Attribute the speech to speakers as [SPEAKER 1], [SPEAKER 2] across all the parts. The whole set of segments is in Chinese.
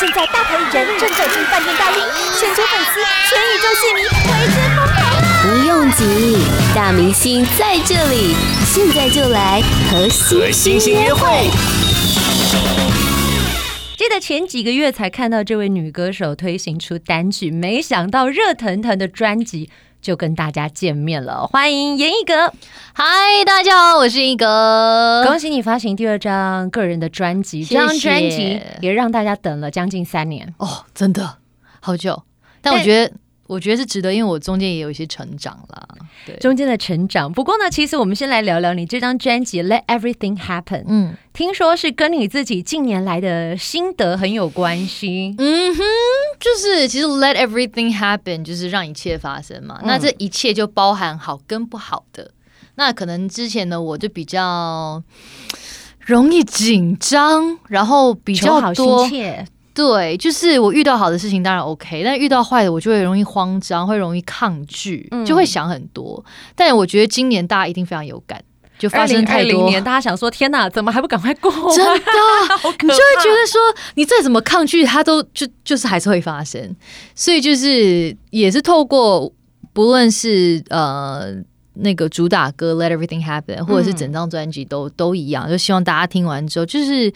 [SPEAKER 1] 现在大牌艺人正走进饭店大厅，全球粉丝、全宇宙戏迷为之疯狂啊！
[SPEAKER 2] 不用急，大明星在这里，现在就来和
[SPEAKER 3] 和星
[SPEAKER 2] 星
[SPEAKER 3] 星
[SPEAKER 2] 星
[SPEAKER 3] 约
[SPEAKER 2] 约
[SPEAKER 3] 会
[SPEAKER 2] 会。。
[SPEAKER 4] 记得前几个月才看到这位女歌手推行出单曲，没想到热腾腾的专辑就跟大家见面了。欢迎严艺格，
[SPEAKER 2] 嗨，大家好，我是一格。
[SPEAKER 4] 恭喜你发行第二张个人的专辑，
[SPEAKER 2] 谢谢
[SPEAKER 4] 这张专辑也让大家等了将近三年。
[SPEAKER 2] 哦，真的好久，但我
[SPEAKER 4] 对
[SPEAKER 2] 觉得，我觉得是值得，因为我中间也有一些成长啦。对，
[SPEAKER 4] 中间的成长，不过呢，其实我们先来聊聊你这张专辑《Let Everything Happen》，
[SPEAKER 2] 嗯
[SPEAKER 4] 听说是跟你自己近年来的心得很有关系。
[SPEAKER 2] 嗯哼，就是其实 let everything happen 就是让一切发生嘛。那这一切就包含好跟不好的。那可能之前呢，我就比较容易紧张，然后比
[SPEAKER 4] 求
[SPEAKER 2] 较
[SPEAKER 4] 好心
[SPEAKER 2] 多
[SPEAKER 4] 切，
[SPEAKER 2] 对，就是我遇到好的事情当然 OK，但遇到坏的我就会容易慌张，会容易抗拒，
[SPEAKER 4] 嗯
[SPEAKER 2] 就会想很多。但我觉得今年大家一定非常有感，就发
[SPEAKER 4] 二
[SPEAKER 2] 生
[SPEAKER 4] 零二
[SPEAKER 2] 太
[SPEAKER 4] 零
[SPEAKER 2] 多，
[SPEAKER 4] 年，大家想说：天哪，怎么还不赶快过完？
[SPEAKER 2] 真的，
[SPEAKER 4] 好可怕
[SPEAKER 2] 你就会觉得说，你再怎么抗拒，它都就就是还是会发生。所以就是也是透过不论是呃。那个主打歌《Let Everything Happen》，或者是整张专辑都、都一样，就希望大家听完之后，就是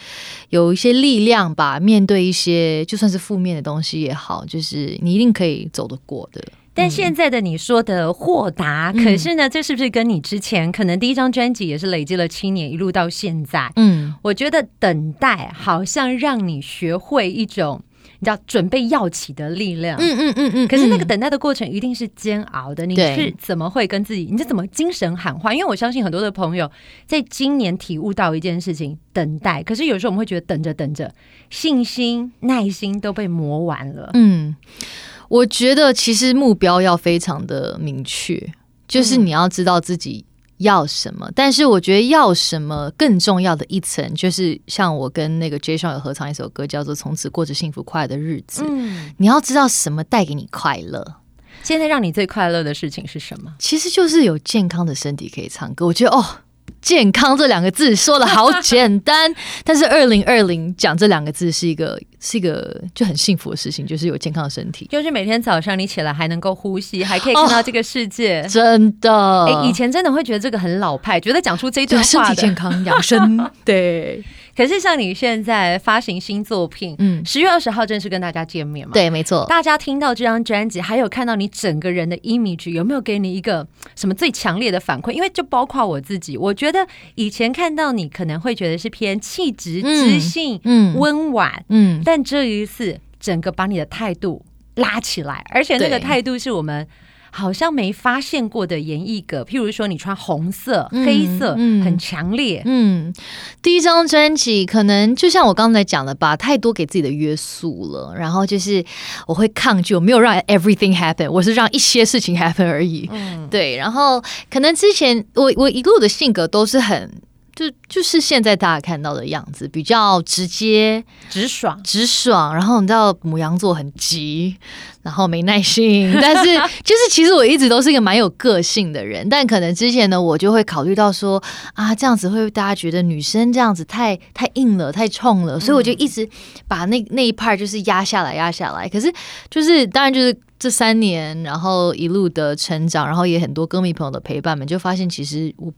[SPEAKER 2] 有一些力量吧，面对一些就算是负面的东西也好，就是你一定可以走得过的。
[SPEAKER 4] 但现在的你说的豁达，
[SPEAKER 2] 嗯
[SPEAKER 4] 可是呢，这是不是跟你之前可能第一张专辑也是累积了七年，一路到现在？
[SPEAKER 2] 嗯，
[SPEAKER 4] 我觉得等待好像让你学会一种，你知道准备要起的力量。
[SPEAKER 2] 嗯嗯嗯嗯。
[SPEAKER 4] 可是那个
[SPEAKER 2] 嗯
[SPEAKER 4] 等待的过程一定是煎熬的，你
[SPEAKER 2] 对
[SPEAKER 4] 是怎么会跟自己，你是怎么精神喊话？因为我相信很多的朋友在今年体悟到一件事情，等待。可是有时候我们会觉得等着等着，信心、耐心都被磨完了。
[SPEAKER 2] 嗯，我觉得其实目标要非常的明确，就是
[SPEAKER 4] 嗯
[SPEAKER 2] 你要知道自己要什么。但是我觉得要什么更重要的一层，就是像我跟那个 J a s o n 有合唱一首歌，叫做《从此过着幸福快乐的日子》。
[SPEAKER 4] 嗯，
[SPEAKER 2] 你要知道什么带给你快乐，
[SPEAKER 4] 现在让你最快乐的事情是什么？
[SPEAKER 2] 其实就是有健康的身体可以唱歌。我觉得哦，健康这两个字说的好简单， 但是二零二零讲这两个字是一个是一个就很幸福的事情，就是有健康的身体，
[SPEAKER 4] 就是每天早上你起来还能够呼
[SPEAKER 2] 哦
[SPEAKER 4] 吸，还可以看到这个世界。
[SPEAKER 2] 真的。
[SPEAKER 4] 哎、以前真的会觉得这个很老派，觉得讲出这一
[SPEAKER 2] 嗯对
[SPEAKER 4] 段
[SPEAKER 2] 身
[SPEAKER 4] 话
[SPEAKER 2] 体健
[SPEAKER 4] 的。
[SPEAKER 2] 康养 生，对，
[SPEAKER 4] 可是像你现在发行新作品，
[SPEAKER 2] 嗯，
[SPEAKER 4] 十月二十号正式跟大家见面嘛？。
[SPEAKER 2] 对，没错。
[SPEAKER 4] 大家听到这张专辑，还有看到你整个人的 image，有没有给你一个什么最强烈的反馈？因为就包括我自己，我觉得以前看到你可能会觉得是偏气质、知性、
[SPEAKER 2] 嗯
[SPEAKER 4] 温婉，
[SPEAKER 2] 嗯，
[SPEAKER 4] 但这一次整个把你的态度拉起来，而且那个
[SPEAKER 2] 对
[SPEAKER 4] 态度是我们好像没发现过的演绎格，譬如说你穿红色、
[SPEAKER 2] 嗯
[SPEAKER 4] 黑色，
[SPEAKER 2] 嗯
[SPEAKER 4] 很强烈。
[SPEAKER 2] 嗯，第一张专辑可能就像我刚才讲的吧，太多给自己的约束了，然后就是我会抗拒，我没有让 everything happen，我是让一些事情 happen 而已。
[SPEAKER 4] 嗯，
[SPEAKER 2] 对，然后可能之前我我一路的性格都是很。就就是现在大家看到的样子，比较直接、
[SPEAKER 4] 直爽。
[SPEAKER 2] 直爽。然后你知道母羊座很急，然后没耐心，但是就是其实我一直都是一个蛮有个性的人，但可能之前呢，我就会考虑到说啊，这样子会不会大家觉得女生这样子太太硬了、太冲了，所以我就一直把那那一 part 就是压下来、压下来。可是就是当然就是这三年，然后一路的成长，然后也很多歌迷朋友的陪伴们，就发现其实我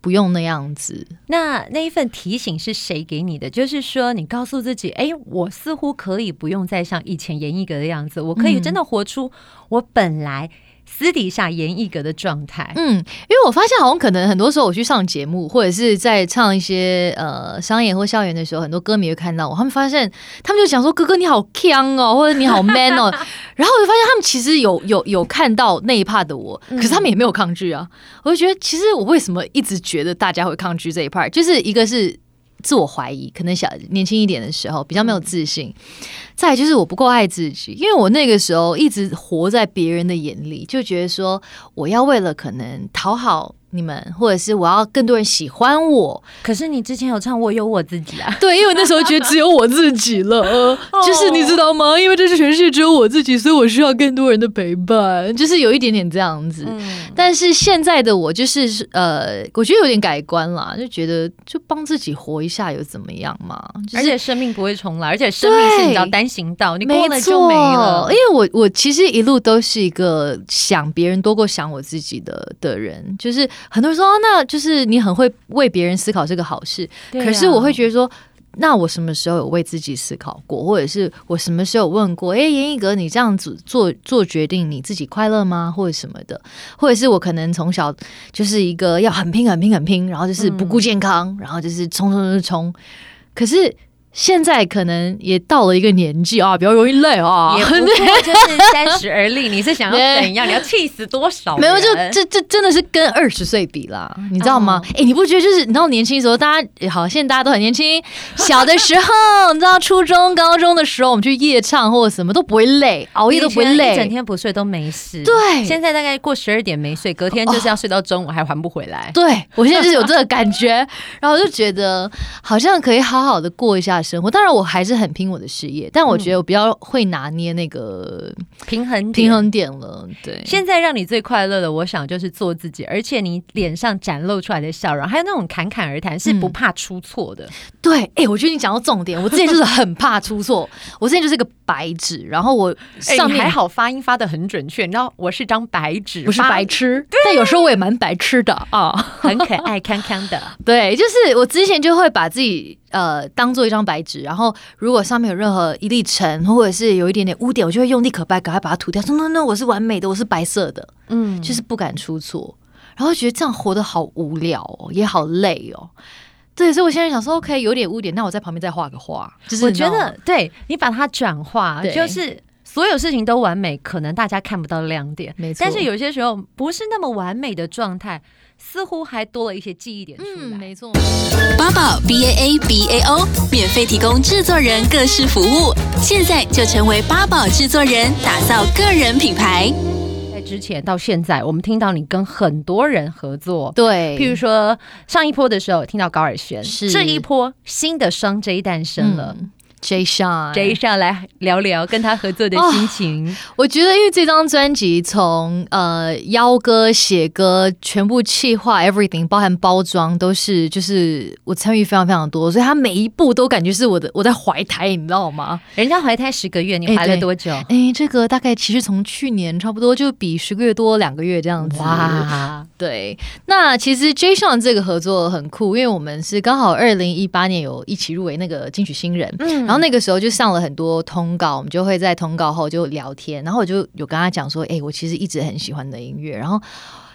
[SPEAKER 2] 不用那样子，
[SPEAKER 4] 那那一份提醒是谁给你的？就是说，你告诉自己，哎，我似乎可以不用再像以前严艺格的样子，我可以
[SPEAKER 2] 嗯
[SPEAKER 4] 真的活出我本来私底下严艺格的状态。
[SPEAKER 2] 嗯，因为我发现好像可能很多时候我去上节目，或者是在唱一些呃商演或校园的时候，很多歌迷会看到我，他们发现他们就想说哥哥你好强哦，或者你好 man 哦， 然后我就发现他们其实有有有看到那一 part 的我，可是他们也没有抗拒啊。我就觉得其实我为什么一直觉得大家会抗拒这一 part，就是一个是。自我怀疑，可能小年轻一点的时候比较没有自信，再来就是我不够爱自己，因为我那个时候一直活在别人的眼里，就觉得说我要为了可能讨好你们，或者是我要更多人喜欢我。
[SPEAKER 4] 可是你之前有唱《我有我自己》啊，
[SPEAKER 2] 对，因为那时候觉得只有我自己了， 呃就是你知道吗？因为这是全世界只有我自己，所以我需要更多人的陪伴，就是有一点点这样子。
[SPEAKER 4] 嗯，
[SPEAKER 2] 但是现在的我就是呃，我觉得有点改观啦，就觉得就帮自己活一下又怎么样嘛？就
[SPEAKER 4] 而
[SPEAKER 2] 是
[SPEAKER 4] 且生命不会重来，而且生命是你知道
[SPEAKER 2] 对
[SPEAKER 4] 单行道，你过
[SPEAKER 2] 没
[SPEAKER 4] 了就
[SPEAKER 2] 错，
[SPEAKER 4] 没了
[SPEAKER 2] 因。为我我其实一路都是一个想别人多过想我自己的的人，就是很多人说、哦那就是你很会为别人思考是个好事，
[SPEAKER 4] 对啊
[SPEAKER 2] 可是我会觉得说。那我什么时候有为自己思考过，或者是我什么时候有问过？诶，严艺格，你这样子做做决定，你自己快乐吗？或者什么的，或者是我可能从小就是一个要很拼、很拼、很拼，然后就是不顾健
[SPEAKER 4] 嗯
[SPEAKER 2] 康，然后就是冲冲冲冲。可是现在可能也到了一个年纪啊，比较容易累啊，
[SPEAKER 4] 也 不过就是三十而立，你是想要怎样？你要气死多少人？
[SPEAKER 2] 没有，就这这真的是跟二十岁比啦，你知道
[SPEAKER 4] 哦
[SPEAKER 2] 吗？哎、你不觉得就是你知道年轻的时候，大家好，现在大家都很年轻。小的时候，你知道初中、高中的时候，我们去夜唱或者什么都不会累，熬夜都不会
[SPEAKER 4] 以前一整
[SPEAKER 2] 累。
[SPEAKER 4] 天不睡都没事。
[SPEAKER 2] 对哦
[SPEAKER 4] 现在大概过十二点没睡，隔天就是要睡到中午还还不回来。
[SPEAKER 2] 对我现在就是有这个感觉，然后我就觉得好像可以好好的过一下生活。当然，我还是很拼我的事业，但
[SPEAKER 4] 嗯
[SPEAKER 2] 我觉得我比较会拿捏那个
[SPEAKER 4] 平衡点
[SPEAKER 2] 平。衡点了。对，
[SPEAKER 4] 现在让你最快乐的，我想就是做自己，而且你脸上展露出来的笑容，还有那种侃侃而谈，是
[SPEAKER 2] 嗯
[SPEAKER 4] 不怕出错的。
[SPEAKER 2] 对，哎、我觉得你讲到重点。我之前就是很怕出错，我之前就是个白纸，然后我
[SPEAKER 4] 哎
[SPEAKER 2] 上
[SPEAKER 4] 你
[SPEAKER 2] 面
[SPEAKER 4] 还好发音发的很准确，你知道我是张白纸，
[SPEAKER 2] 不是白痴，但有时候我也蛮白痴的啊。
[SPEAKER 4] 发，很可爱 康康的。
[SPEAKER 2] 对，就是我之前就会把自己呃当做一张白纸，然后如果上面有任何一粒尘或者是有一点点污点，我就会用力可白赶快把它涂掉。说 no no，我是完美的，我是白色的，
[SPEAKER 4] 嗯，
[SPEAKER 2] 就是不敢出错。然后觉得这样活得好无聊哦，也好累哦。对，所以我现在想说，OK，有点污点，那我在旁边再画个画，就是
[SPEAKER 4] 我
[SPEAKER 2] 你知
[SPEAKER 4] 觉
[SPEAKER 2] 道吗
[SPEAKER 4] 得对你把它转化，
[SPEAKER 2] 对
[SPEAKER 4] 就是所有事情都完美，可能大家看不到亮点，
[SPEAKER 2] 没错
[SPEAKER 4] 但是有些时候不是那么完美的状态，似乎还多了一些记忆点出
[SPEAKER 2] 嗯，
[SPEAKER 4] 来。
[SPEAKER 2] 没错。
[SPEAKER 3] 八宝 B A A B A O 免费提供制作人各式服务，现在就成为八宝制作人，打造个人品牌。
[SPEAKER 4] 在之前到现在，我们听到你跟很多人合作。
[SPEAKER 2] 对，
[SPEAKER 4] 譬如说，上一波的时候听到高尔宣，
[SPEAKER 2] 是
[SPEAKER 4] 这一波新的双 J 诞生了。啊
[SPEAKER 2] 嗯 J Shine
[SPEAKER 4] J 上来聊聊跟他合作的心情，
[SPEAKER 2] 我觉得，因为这张专辑从呃邀歌、写歌，全部企划 everything，包含包装，都是就是我参与非常非常多，所以它每一步都感觉是我的我在怀胎，你知道吗？
[SPEAKER 4] 人家怀胎十个月，你
[SPEAKER 2] 哎
[SPEAKER 4] 怀了
[SPEAKER 2] 对
[SPEAKER 4] 多久？
[SPEAKER 2] 哎，这个大概其实从去年差不多就比十个月多两个月这样子。！
[SPEAKER 4] 哇，
[SPEAKER 2] 对，那其实 J Sean 这个合作很酷，因为我们是刚好二零一八年有一起入围那个金曲新人，
[SPEAKER 4] 嗯
[SPEAKER 2] 然后那个时候就上了很多通告，我们就会在通告后就聊天，然后我就有跟他讲说，哎、我其实一直很喜欢你的音乐，然后。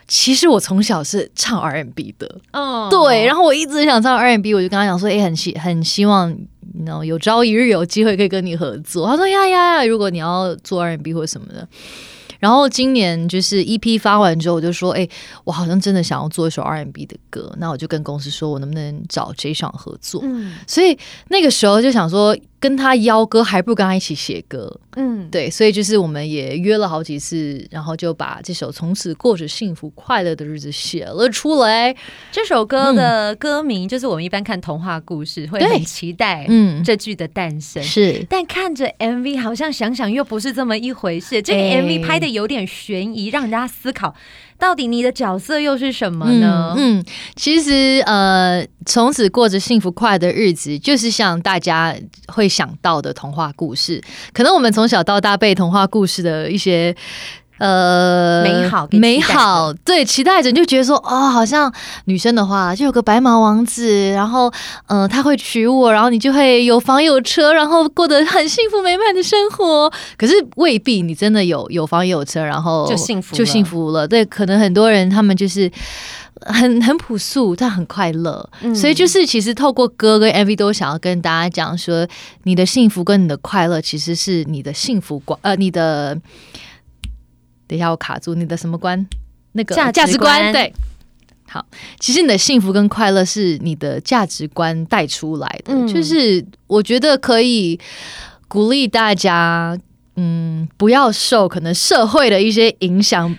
[SPEAKER 2] 其实我从小是唱 R&B 的，
[SPEAKER 4] 嗯
[SPEAKER 2] 对，然
[SPEAKER 4] 后
[SPEAKER 2] 后我一直想唱 R&B，我就跟他讲说，哎、很希很希望，你有朝一日有机会可以跟你合作。他说呀呀呀，如果你要做 R&B 或什么的。然后今年就是 EP 发完之后，我就说，哎、我好像真的想要做一首 R&B 的歌，那我就跟公司说我能不能找 J 上合作。
[SPEAKER 4] 嗯
[SPEAKER 2] 所以那个时候就想说，跟他邀歌还不如跟他一起写歌，
[SPEAKER 4] 嗯，
[SPEAKER 2] 对，所以就是我们也约了好几次，然后就把这首《从此过着幸福快乐的日子》写了出来。
[SPEAKER 4] 这首歌的歌名就是我们一般看童话故事会
[SPEAKER 2] 嗯对
[SPEAKER 4] 很期待
[SPEAKER 2] 嗯，
[SPEAKER 4] 这剧的诞生，
[SPEAKER 2] 是
[SPEAKER 4] 但看着 MV 好像想想又不是这么一回事。这个
[SPEAKER 2] 哎
[SPEAKER 4] MV 拍的有点悬疑，让人家思考到底你的角色又是什么呢？
[SPEAKER 2] 嗯，嗯其实呃，从此过着幸福快乐的日子，就是像大家会想到的童话故事。可能我们从小到大被童话故事的一些。呃，
[SPEAKER 4] 美好给期待着
[SPEAKER 2] 美好，对，期待着你就觉得说，哦，好像女生的话就有个白马王子，然后，嗯、他会娶我，然后你就会有房有车，然后过得很幸福美满的生活。可是未必你真的有有房有车，然后
[SPEAKER 4] 就幸福
[SPEAKER 2] 就
[SPEAKER 4] 了
[SPEAKER 2] 幸福了。对，可能很多人他们就是很很朴素，但很快乐。
[SPEAKER 4] 嗯
[SPEAKER 2] 所以就是其实透过歌跟 MV 都想要跟大家讲说，你的幸福跟你的快乐其实是你的幸福观，呃，你的等一下我卡住，你的什么观？那个
[SPEAKER 4] 价值观
[SPEAKER 2] 对。好，其实你的幸福跟快乐是你的价值观带出来的，
[SPEAKER 4] 嗯
[SPEAKER 2] 就是我觉得可以鼓励大家，嗯，不要受可能社会的一些影响，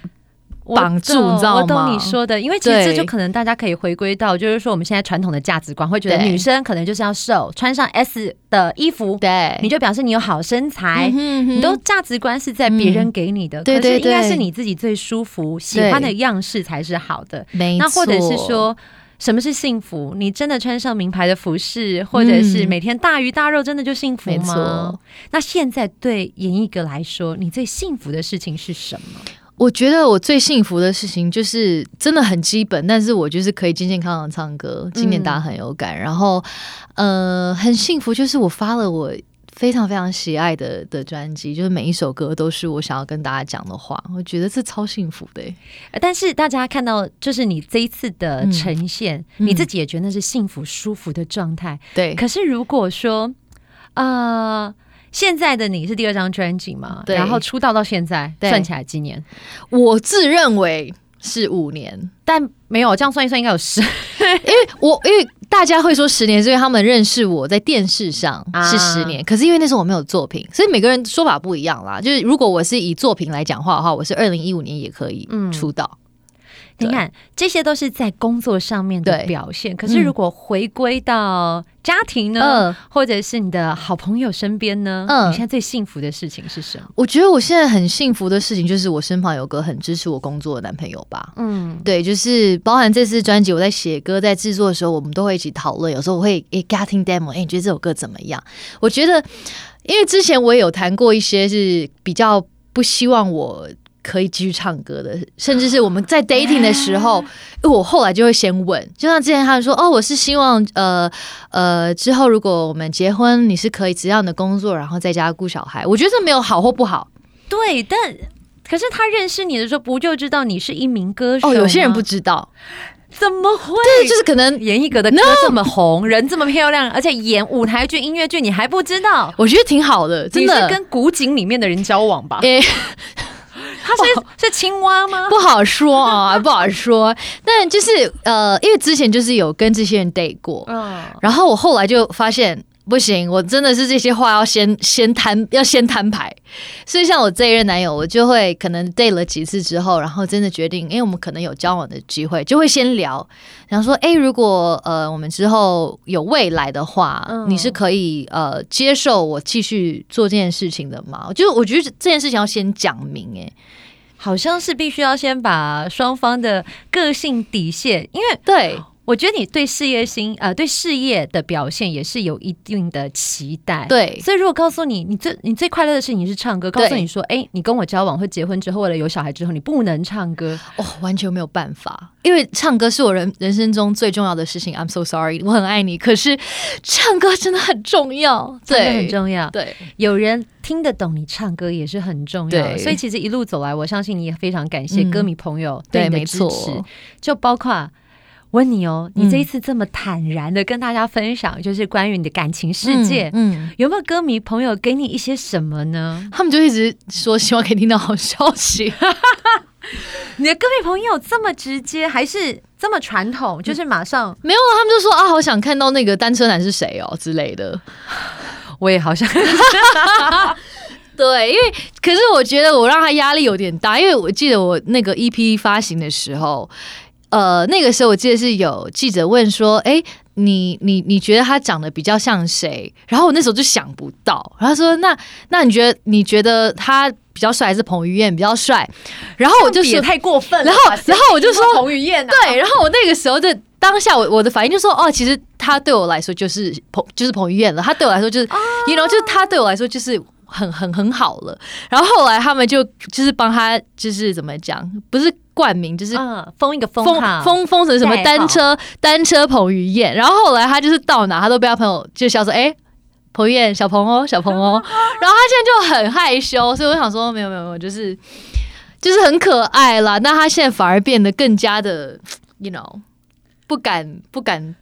[SPEAKER 4] 我
[SPEAKER 2] 绑住，
[SPEAKER 4] 懂
[SPEAKER 2] 你知道吗？
[SPEAKER 4] 我懂你说的，因为其实这
[SPEAKER 2] 对
[SPEAKER 4] 就可能大家可以回归到，就是说我们现在传统的价值观会觉得
[SPEAKER 2] 对
[SPEAKER 4] 女生可能就是要瘦，穿上 S 的衣服，
[SPEAKER 2] 对，嗯
[SPEAKER 4] 你就表示你有好身材。
[SPEAKER 2] 你
[SPEAKER 4] 你都价值观是在别人给你的，
[SPEAKER 2] 嗯对对
[SPEAKER 4] 可是应该
[SPEAKER 2] 对
[SPEAKER 4] 是你自己最舒服、喜欢的样式才是好的。
[SPEAKER 2] 没
[SPEAKER 4] 那或者是
[SPEAKER 2] 错
[SPEAKER 4] 说，什么是幸福？你真的穿上名牌的服饰，或者是
[SPEAKER 2] 嗯
[SPEAKER 4] 每天大鱼大肉，真的就幸福
[SPEAKER 2] 没
[SPEAKER 4] 吗
[SPEAKER 2] 错？
[SPEAKER 4] 那现在对演艺哥来说，你最幸福的事情是什么？
[SPEAKER 2] 我觉得我最幸福的事情就是真的很基本，但是我就是可以健健康康地唱歌。今年大家很有感，然后呃，很幸福就是我发了我。非常非常喜爱的的专辑，就是每一首歌都是我想要跟大家讲的话，我觉得这超幸福的、欸。
[SPEAKER 4] 呃但是大家看到，就是你这一次的
[SPEAKER 2] 嗯
[SPEAKER 4] 呈现，
[SPEAKER 2] 嗯
[SPEAKER 4] 你自己也觉得那是幸福、舒服的状态。
[SPEAKER 2] 对，
[SPEAKER 4] 可是如果说，呃，现在的你是第二张专辑嘛，
[SPEAKER 2] 对
[SPEAKER 4] 然后出道到现在，
[SPEAKER 2] 对
[SPEAKER 4] 算起来几年？
[SPEAKER 2] 我自认为是五年，
[SPEAKER 4] 但没有，这样算一算应该有十。
[SPEAKER 2] 因为我因为大家会说十年，是因为他们认识我在电视上
[SPEAKER 4] 啊
[SPEAKER 2] 是十年，可是因为那时候我没有作品，所以每个人说法不一样啦。就是如果我是以作品来讲话的话，我是二零一五年也可以
[SPEAKER 4] 嗯
[SPEAKER 2] 出道。
[SPEAKER 4] 你
[SPEAKER 2] 对
[SPEAKER 4] 看，这些都是在工作上面的
[SPEAKER 2] 对
[SPEAKER 4] 表现。可是如果回归到家庭呢，
[SPEAKER 2] 嗯，
[SPEAKER 4] 或者是你的好朋友身边呢，
[SPEAKER 2] 嗯
[SPEAKER 4] 你现在最幸福的事情是什么？
[SPEAKER 2] 我觉得我现在很幸福的事情就是我身旁有个很支持我工作的男朋友吧。
[SPEAKER 4] 嗯，
[SPEAKER 2] 对，就是包含这次专辑，我在写歌、在制作的时候，我们都会一起讨论。有时候我会诶、给他听 demo，诶、你觉得这首歌怎么样？我觉得，因为之前我也有谈过一些是比较不希望我。可以继续唱歌的，甚至是我们 在 dating 的时候，因为我后来就会先问，就像之前他们说，哦，我是希望呃呃之后如果我们结婚，你是可以辞掉你的工作，然后在家顾小孩。我觉得这没有好或不好，
[SPEAKER 4] 对，但。可是他认识你的时候，不就知道你是一名歌手吗？
[SPEAKER 2] 哦，有些人不知道，
[SPEAKER 4] 怎么会？
[SPEAKER 2] 对，就是可能
[SPEAKER 4] 严艺格的歌这么红， 人这么漂亮，而且演舞台剧、音乐剧，你还不知道？
[SPEAKER 2] 我觉得挺好的，真
[SPEAKER 4] 你
[SPEAKER 2] 的
[SPEAKER 4] 是跟古井里面的人交往吧？
[SPEAKER 2] 诶、
[SPEAKER 4] 他是是青蛙 吗？
[SPEAKER 2] 不好说啊，不好说。但就是呃，因为之前就是有跟这些人 date 过，
[SPEAKER 4] 嗯，
[SPEAKER 2] 然后我后来就发现不行，我真的是这些话要先 先摊，要先摊牌。所以像我这一任男友，我就会可能 date 了几次之后，然后真的决定，因为我们可能有交往的机会，就会先聊，然后说，哎、如果呃我们之后有未来的话，
[SPEAKER 4] 嗯
[SPEAKER 2] 你是可以呃接受我继续做这件事情的吗？就是我觉得这件事情要先讲明、哎，
[SPEAKER 4] 好像是必须要先把双方的个性底线，因为
[SPEAKER 2] 对。
[SPEAKER 4] 我觉得你对事业心呃对事业的表现也是有一定的期待。。
[SPEAKER 2] 对，
[SPEAKER 4] 所以，如果告诉你，你最你最快乐的事情是唱歌，告诉
[SPEAKER 2] 对
[SPEAKER 4] 你说，哎、你跟我交往或结婚之后，为了有小孩之后，你不能唱歌，
[SPEAKER 2] 哦，完全没有办法，因为唱歌是我人人生中最重要的事情。I'm so sorry，我很爱你，可是唱歌真的很重要，
[SPEAKER 4] 这个
[SPEAKER 2] 对，
[SPEAKER 4] 很重要。
[SPEAKER 2] 对，
[SPEAKER 4] 有人听得懂你唱歌也是很重要的，
[SPEAKER 2] 对
[SPEAKER 4] 所以其实一路走来，我相信你也非常感谢
[SPEAKER 2] 嗯
[SPEAKER 4] 歌迷朋友
[SPEAKER 2] 对
[SPEAKER 4] 你的
[SPEAKER 2] 没
[SPEAKER 4] 支
[SPEAKER 2] 错
[SPEAKER 4] 持，就包括。问你哦，
[SPEAKER 2] 嗯
[SPEAKER 4] 你这一次这么坦然的跟大家分享，就是关于你的感情世界，
[SPEAKER 2] 嗯，嗯
[SPEAKER 4] 有没有歌迷朋友给你一些什么呢？
[SPEAKER 2] 他们就一直说希望可以听到好消息。
[SPEAKER 4] 你的歌迷朋友这么直接，还是这么传
[SPEAKER 2] 嗯
[SPEAKER 4] 统？就是马上，
[SPEAKER 2] 没有啊，他们就说啊，好想看到那个单车男是谁哦之类的。
[SPEAKER 4] 我也 好想，
[SPEAKER 2] 对，因为可是我觉得我让他压力有点大，因为我记得我那个 EP 发行的时候，呃，那个时候我记得是有记者问说，哎、你你你觉得他长得比较像谁？然后我那时候就想不到，然后他说那那你觉得你觉得他比较帅还是彭于晏比较帅？然后我就
[SPEAKER 4] 也
[SPEAKER 2] 说，
[SPEAKER 4] 太过分了
[SPEAKER 2] 然
[SPEAKER 4] 吧。
[SPEAKER 2] 后然后我就说
[SPEAKER 4] 谁听过彭于晏啊，
[SPEAKER 2] 对，然后我那个时候的当下我我的反应就说，哦，其实他对我来说就是彭就是彭于晏了，他对我来说就是，你 you know，就是他对我来说就是。很很很好了，然后后来他们就就是帮他就是怎么讲，不是冠名，就是
[SPEAKER 4] 嗯，封一个封
[SPEAKER 2] 封
[SPEAKER 4] 号，
[SPEAKER 2] 封封成什么
[SPEAKER 4] 代
[SPEAKER 2] 单
[SPEAKER 4] 号
[SPEAKER 2] 车单车彭于晏，然后后来他就是到哪他都被他朋友就笑说，哎、彭于晏小彭哦小彭哦， 然后他现在就很害羞，所以我想说没有没有没有，就是就是很可爱啦，那他现在反而变得更加的，you know，不敢不敢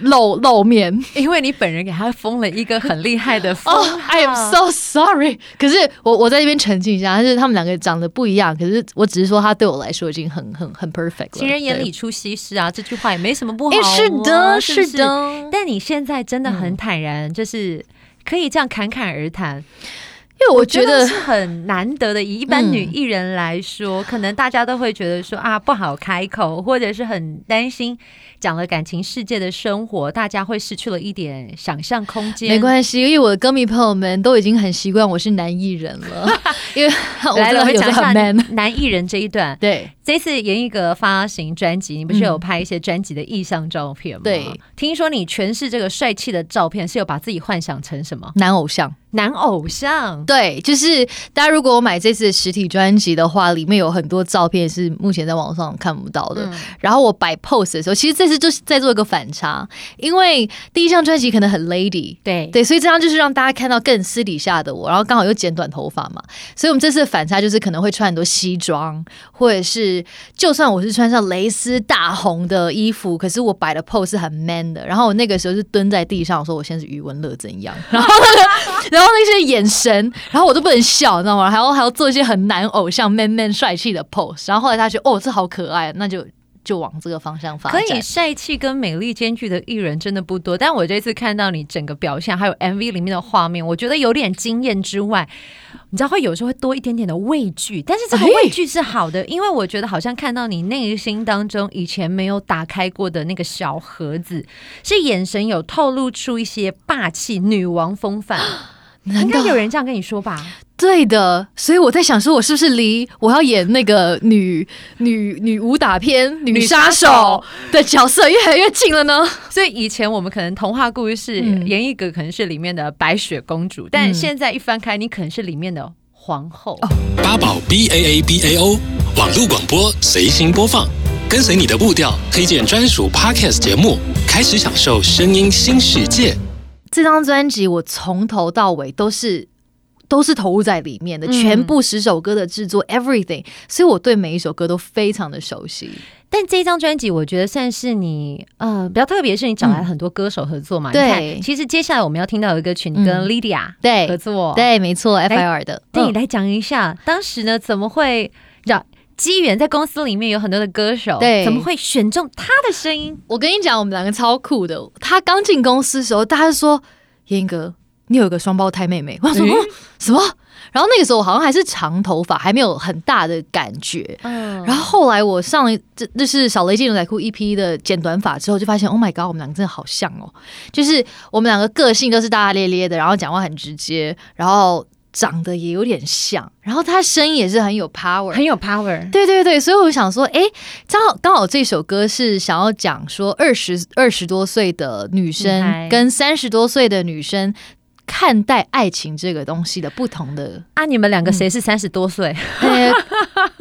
[SPEAKER 2] 露露面
[SPEAKER 4] 因为你本人给他封了一个很厉害的封
[SPEAKER 2] 哦、
[SPEAKER 4] 号
[SPEAKER 2] i am so sorry。可是我我在这边澄清一下，就是他们两个长得不一样，可是我只是说他对我来说已经很很很 perfect 了。
[SPEAKER 4] 情人眼
[SPEAKER 2] 对
[SPEAKER 4] 里出西施啊，这句话也没什么不好、
[SPEAKER 2] 诶
[SPEAKER 4] 啊。
[SPEAKER 2] 是的，
[SPEAKER 4] 是不是
[SPEAKER 2] 是。的。嗯
[SPEAKER 4] 但你现在真的很坦然，就是可以这样侃侃而谈。
[SPEAKER 2] 因为我
[SPEAKER 4] 我
[SPEAKER 2] 觉
[SPEAKER 4] 觉
[SPEAKER 2] 得嗯
[SPEAKER 4] 得是很难得的，以一般女艺人来说，可能大家都会觉得说啊不好开口，或者是很担心讲了感情世界的生活，大家会失去了一点想象空间。
[SPEAKER 2] 没关系，因为我的歌迷朋友们都已经很习惯我是男艺人了， 因为我
[SPEAKER 4] 来
[SPEAKER 2] 真
[SPEAKER 4] 了，
[SPEAKER 2] 的
[SPEAKER 4] 我们
[SPEAKER 2] 有
[SPEAKER 4] 讲
[SPEAKER 2] 时
[SPEAKER 4] 一
[SPEAKER 2] 候
[SPEAKER 4] 下
[SPEAKER 2] 很 man。
[SPEAKER 4] 男艺人这一段。
[SPEAKER 2] 对，
[SPEAKER 4] 这次严艺格发行专辑，你不是有
[SPEAKER 2] 嗯
[SPEAKER 4] 拍一些专辑的意向照片吗？
[SPEAKER 2] 对，
[SPEAKER 4] 听说你诠释这个帅气的照片是有把自己幻想成什么
[SPEAKER 2] 男偶像。
[SPEAKER 4] 男偶像？
[SPEAKER 2] 对，就是大家如果买这次的实体专辑的话，里面有很多照片是目前在网上看不到的。
[SPEAKER 4] 嗯
[SPEAKER 2] 然后我摆 pose 的时候，其实这次就是在做一个反差，因为第一张专辑可能很 lady。
[SPEAKER 4] 对
[SPEAKER 2] 对，所以这张就是让大家看到更私底下的我，然后刚好又剪短头发嘛，所以我们这次的反差就是可能会穿很多西装，或者是就算我是穿上蕾丝大红的衣服，可是我摆的 pose 是很 man 的，然后我那个时候是蹲在地上说我现在是余文乐怎样，然后然后那些眼神，然后我都不能笑，你知道吗？还要还要做一些很男偶像 man man 帅气的 pose。然后后来他觉得哦，这好可爱，那就就往这个方向发
[SPEAKER 4] 可
[SPEAKER 2] 展。
[SPEAKER 4] 以帅气跟美丽兼具的艺人真的不多，但我这次看到你整个表现，还有 MV 里面的画面，我觉得有点惊艳之外，你知道会有时候会多一点点的畏惧，但是这个
[SPEAKER 2] 哎
[SPEAKER 4] 畏惧是好的，因为我觉得好像看到你内心当中以前没有打开过的那个小盒子，是眼神有透露出一些霸气女王风范，应
[SPEAKER 2] 难道
[SPEAKER 4] 该有人这样跟你说吧？
[SPEAKER 2] 对的？所以我在想，说我是不是离我要演那个女女女武打片女杀手的角色越来越近了呢？
[SPEAKER 4] 所以以前我们可能童话故事，
[SPEAKER 2] 嗯
[SPEAKER 4] 严艺格可能是里面的白雪公主，但现在一翻开，你可能是里面的皇后。
[SPEAKER 5] 八宝 B A A B A O 网络广播随心播放，跟随你的步调，推荐专属 Podcast 节目，开始享受声音新世界。
[SPEAKER 2] 这张专辑我从头到尾都是。都是投入在里面的，
[SPEAKER 4] 嗯
[SPEAKER 2] 全部十首歌的制作，everything，所以我对每一首歌都非常的熟悉。
[SPEAKER 4] 但这张专辑，我觉得算是你呃比较特别，是你找来
[SPEAKER 2] 嗯
[SPEAKER 4] 很多歌手合作嘛。
[SPEAKER 2] 对
[SPEAKER 4] 你看其实接下来我们要听到有一个曲，你跟
[SPEAKER 2] 嗯
[SPEAKER 4] Lydia
[SPEAKER 2] 对
[SPEAKER 4] 合作，
[SPEAKER 2] 对，没错
[SPEAKER 4] 来
[SPEAKER 2] ，FIR 的，
[SPEAKER 4] 对，
[SPEAKER 2] 嗯
[SPEAKER 4] 你来讲一下当时呢怎么会让机缘在公司里面有很多的歌手，
[SPEAKER 2] 对
[SPEAKER 4] 怎么会选中他的声音？
[SPEAKER 2] 我跟你讲，我们两个超酷的。他刚进公司的时候，大家就说：“严哥，你有个双胞胎妹妹。” 我想说、
[SPEAKER 4] 诶
[SPEAKER 2] 什么？然后那个时候我好像还是长头发，还没有很大的感觉。
[SPEAKER 4] 嗯，
[SPEAKER 2] 然后后来我上了这这是小雷进牛仔裤一批的剪短发之后，就发现 Oh my god，我们两个真的好像哦，就是我们两个个性都是大大咧咧的，然后讲话很直接，然后长得也有点像，然后他声音也是很有 power，
[SPEAKER 4] 很有 power，
[SPEAKER 2] 对对对，所以我想说，诶，刚好刚好这首歌是想要讲说二十二十多岁的女
[SPEAKER 4] 女
[SPEAKER 2] 生
[SPEAKER 4] 孩
[SPEAKER 2] 跟三十多岁的女生看待爱情这个东西的不同的。
[SPEAKER 4] 啊，你们两个谁是三十多岁？
[SPEAKER 2] 呃，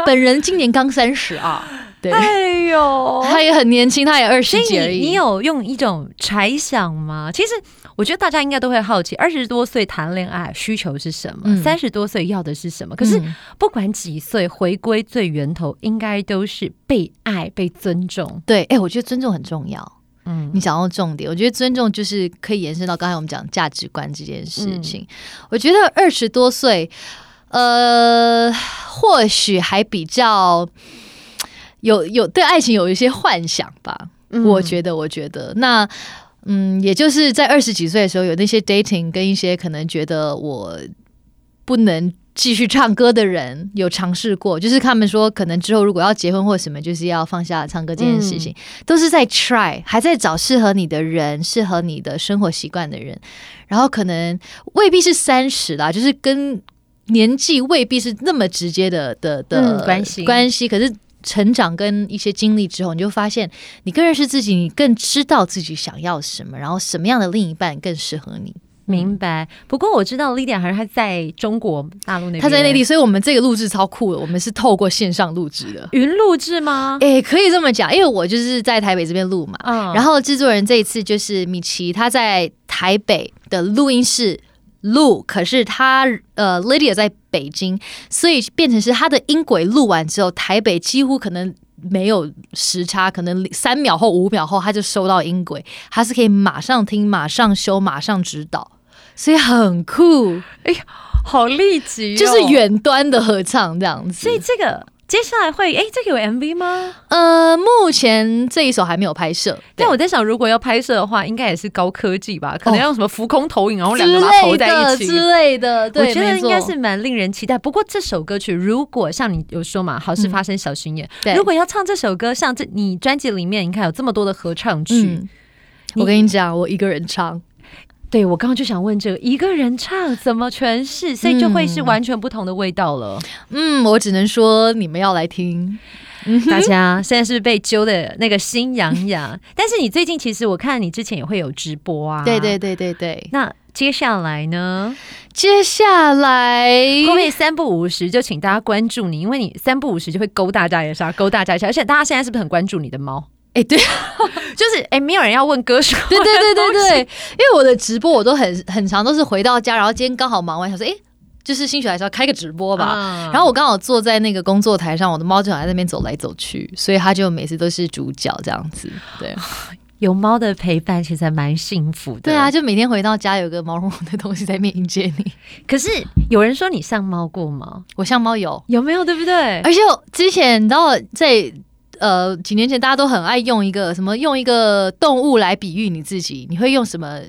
[SPEAKER 2] 本人今年刚三十啊，对，
[SPEAKER 4] 哎 呦
[SPEAKER 2] 她也很年轻，她也二
[SPEAKER 4] 所
[SPEAKER 2] 十几而
[SPEAKER 4] 以
[SPEAKER 2] 已。
[SPEAKER 4] 你你有用一种猜想吗？其实我觉得大家应该都会好奇，二十多岁谈恋爱需求是什么
[SPEAKER 2] 嗯？
[SPEAKER 4] 三十、多岁要的是什么？可是
[SPEAKER 2] 嗯
[SPEAKER 4] 不管几岁，回归最源头，应该都是被爱、被尊重。
[SPEAKER 2] 对，诶，我觉得尊重很重要。
[SPEAKER 4] 嗯
[SPEAKER 2] 你讲到重点，我觉得尊重就是可以延伸到刚才我们讲价值观这件事情。我觉得二十多岁，呃，或许还比较有有对爱情有一些幻想吧。
[SPEAKER 4] 嗯
[SPEAKER 2] 我觉得，我觉得那。嗯，也就是在二十几岁的时候，有那些 dating 跟一些可能觉得我不能继续唱歌的人，有尝试过，就是他们说可能之后如果要结婚或什么，就是要放下唱歌这件事情，都是在 try，还在找适合你的人，适合你的生活习惯的人，然后可能未必是三十啦，就是跟年纪未必是那么直接的的的、
[SPEAKER 4] 嗯关系
[SPEAKER 2] 关系，可是。成长跟一些经历之后，你就发现你更认识自己，你更知道自己想要什么，然后什么样的另一半更适合你。
[SPEAKER 4] 明白。不过我知道 Lydia 还是她在中国大陆那边，
[SPEAKER 2] 他在内地，所以我们这个录制超酷的，我们是透过线上录制的。
[SPEAKER 4] 云录制吗？
[SPEAKER 2] 诶，可以这么讲，因为我就是在台北这边录嘛，
[SPEAKER 4] 嗯
[SPEAKER 2] 哎然后制作人这一次就是米奇，他在台北的录音室录，可是他呃 Lydia 在北京，所以变成是他的音轨录完之后，台北几乎可能。没有时差，可能三秒后、五秒后他就收到音轨，他是可以马上听、马上修、马上指导，所以很酷，
[SPEAKER 4] 好立即、哦
[SPEAKER 2] 就是。远端的合唱这样子。
[SPEAKER 4] 所以这个接下来会哎，这个有 MV 吗？
[SPEAKER 2] 呃，目前这一首还没有拍摄，
[SPEAKER 4] 但
[SPEAKER 2] 对
[SPEAKER 4] 我在想，如果要拍摄的话，应该也是高科技吧？可能
[SPEAKER 2] 哦
[SPEAKER 4] 要用什么浮空投影，然后两
[SPEAKER 2] 之
[SPEAKER 4] 个把它投
[SPEAKER 2] 类
[SPEAKER 4] 在
[SPEAKER 2] 的
[SPEAKER 4] 一起。
[SPEAKER 2] 之类的，
[SPEAKER 4] 我
[SPEAKER 2] 对，
[SPEAKER 4] 觉得
[SPEAKER 2] 没
[SPEAKER 4] 应
[SPEAKER 2] 错
[SPEAKER 4] 该是蛮令人期待。不过这首歌曲，如果像你有说嘛，好事发生小巡演，
[SPEAKER 2] 对
[SPEAKER 4] 如果要唱这首歌，像这你专辑里面，你看有这么多的合唱曲，
[SPEAKER 2] 嗯。我跟你讲，我一个人唱，
[SPEAKER 4] 对我刚刚就想问这个，一个人唱怎么诠释，所以就会是完全不同的味道了。
[SPEAKER 2] 嗯，我只能说你们要来听，
[SPEAKER 4] 大家现在是不是被揪的那个心痒 痒？但是你最近其实我看你之前也会有直播啊，
[SPEAKER 2] 对对。对对对。
[SPEAKER 4] 那接下来呢？
[SPEAKER 2] 接下来，
[SPEAKER 4] 会不会三不五十就请大家关注你？因为你三不五十就会勾大家一下，勾大家一下，而且大家现在是不是很关注你的猫？
[SPEAKER 2] 哎，对，
[SPEAKER 4] 就是哎、没有人要问歌手，
[SPEAKER 2] 对对对对 对，因为我的直播我都很很长，都是回到家，然后今天刚好忙完，想说，哎、就是心血来潮开个直 播吧。
[SPEAKER 4] 嗯
[SPEAKER 2] 然后我刚好坐在那个工作台上，我的猫就想在那边走来走去，所以它就每次都是主角这样子。对
[SPEAKER 4] 有猫的陪伴其实还蛮幸福的。
[SPEAKER 2] 对啊，，就每天回到家有个毛茸茸的东西在面迎接你。
[SPEAKER 4] 可是有人说你像猫过吗？哎
[SPEAKER 2] 我像猫有，
[SPEAKER 4] 有没有？对不对？
[SPEAKER 2] 而且我之前你知道在。呃，几年前大家都很爱用一个什么，用一个动物来比喻你自己，你会用什么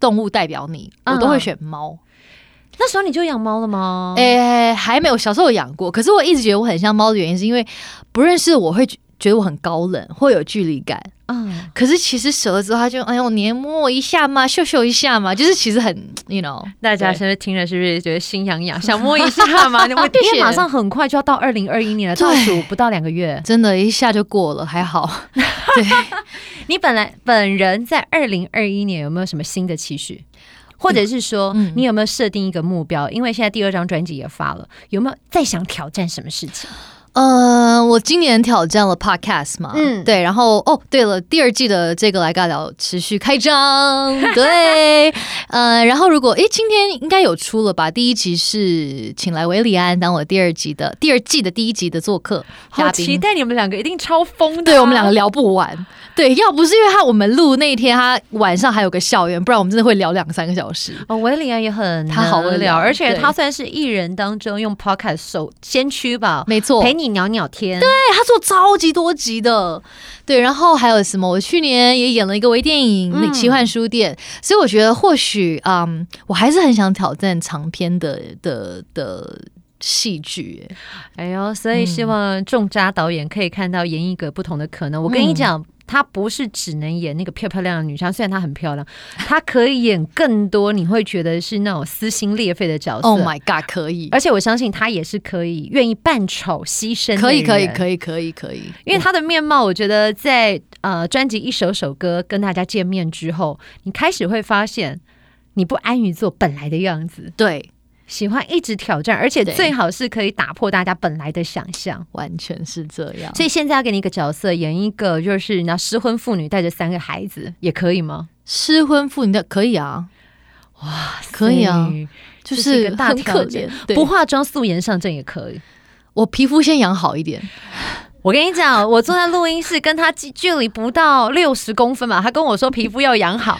[SPEAKER 2] 动物代表你？我都会
[SPEAKER 4] 嗯哦
[SPEAKER 2] 选猫。
[SPEAKER 4] 那时候你就养猫了吗？
[SPEAKER 2] 诶、还没有，小时候有养过，可是我一直觉得我很像猫的原因，是因为不认识我会觉觉得我很高冷，会有距离感。
[SPEAKER 4] 嗯，
[SPEAKER 2] 可是其实熟了之后，它就哎呦，你摸我一下嘛，嗅嗅一下嘛，就是其实很，you know，
[SPEAKER 4] 大家
[SPEAKER 2] 对
[SPEAKER 4] 是不是听了是不是觉得心痒 痒，想摸一下嘛？我因为马上很快就要到二零二一年了，
[SPEAKER 2] 对
[SPEAKER 4] 倒数不到两个月。
[SPEAKER 2] 真的，一下就过了，还好。
[SPEAKER 4] 你本来本人在二零二一年有没有什么新的期许？或者是说，
[SPEAKER 2] 嗯
[SPEAKER 4] 你有没有设定一个目标？因为现在第二张专辑也发了，有没有再想挑战什么事情？
[SPEAKER 2] 呃，我今年挑战了 podcast 嘛，
[SPEAKER 4] 嗯
[SPEAKER 2] 嗯，对，然后哦，对了，第二季的这个来尬聊持续开 张，对，呃，然后如果诶，今天应该有出了吧？第一集是请来维里安当我第二集的第二季的第一集的做客
[SPEAKER 4] 好
[SPEAKER 2] 嘉宾，
[SPEAKER 4] 期待你们两个一定超疯的啊、
[SPEAKER 2] 对我们两个聊不完，对，要不是因为他我们录那一天他晚上还有个校园，不然我们真的会聊两三个小时。
[SPEAKER 4] 哦，维里安也很呃
[SPEAKER 2] 他好
[SPEAKER 4] 能
[SPEAKER 2] 会
[SPEAKER 4] 聊，
[SPEAKER 2] 聊
[SPEAKER 4] 而且
[SPEAKER 2] 对
[SPEAKER 4] 他算是艺人当中用 podcast 首先驱吧，
[SPEAKER 2] 没错，
[SPEAKER 4] 陪你聊聊天。对，
[SPEAKER 2] 哎他做超级多集的，对，然后还有什么？我去年也演了一个微电影《
[SPEAKER 4] 嗯
[SPEAKER 2] 奇幻书店》，所以我觉得或许，嗯，我还是很想挑战长篇的的的戏剧。哎
[SPEAKER 4] 哎呦，所以
[SPEAKER 2] 嗯
[SPEAKER 4] 希望仲扎导演可以看到演艺个不同的可能。我
[SPEAKER 2] 嗯
[SPEAKER 4] 跟你讲。她不是只能演那个漂漂亮亮的女生，虽然她很漂亮， 她可以演更多你会觉得是那种撕心裂肺的角色。
[SPEAKER 2] Oh my god，可以，
[SPEAKER 4] 而且我相信她也是可以愿意扮丑牺牲的
[SPEAKER 2] 可以，可以，
[SPEAKER 4] 以，
[SPEAKER 2] 可以，可以，可以，
[SPEAKER 4] 因为她的面貌，我觉得在呃专辑一首首歌跟大家见面之后，你开始会发现你不安于做本来的样子，
[SPEAKER 2] 对，
[SPEAKER 4] 喜欢一直挑战，而且
[SPEAKER 2] 对
[SPEAKER 4] 最好是可以打破大家本来的想象。
[SPEAKER 2] 完全是这样。
[SPEAKER 4] 所以现在要给你一个角色，演一个就是你要失婚妇女带着三个孩子，也可以吗？
[SPEAKER 2] 失婚妇女的可以啊，哇，可以啊，就
[SPEAKER 4] 这是一
[SPEAKER 2] 是
[SPEAKER 4] 个大
[SPEAKER 2] 很
[SPEAKER 4] 挑
[SPEAKER 2] 可
[SPEAKER 4] 战
[SPEAKER 2] 怜。
[SPEAKER 4] 不
[SPEAKER 2] 对，
[SPEAKER 4] 化妆素颜上阵也可以。
[SPEAKER 2] 我皮肤先养好一点。
[SPEAKER 4] 我跟你讲，我坐在录音室，跟他距距离不到六十公分嘛，他跟我说皮肤要 养好，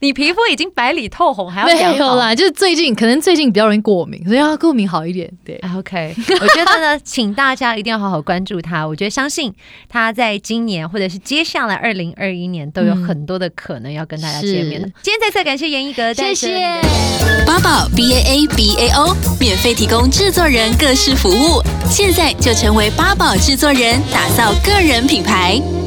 [SPEAKER 4] 你皮肤已经白里透红，还要
[SPEAKER 2] 没
[SPEAKER 4] 养好
[SPEAKER 2] 有啦，就是最近可能最近比较容易过敏，所以要过敏好一点。对，
[SPEAKER 4] 啊 OK，我觉得呢，请大家一定要好好关注他。我觉得相信他在今年或者是接下来二零二一年都有
[SPEAKER 2] 嗯
[SPEAKER 4] 很多的可能要跟大家见面的。
[SPEAKER 2] 是
[SPEAKER 4] 今天再次感谢严一格，
[SPEAKER 2] 谢谢。
[SPEAKER 3] 八宝 B A A B A O 免费提供制作人各式服务，现在就成为八宝制作人，打造个人品牌。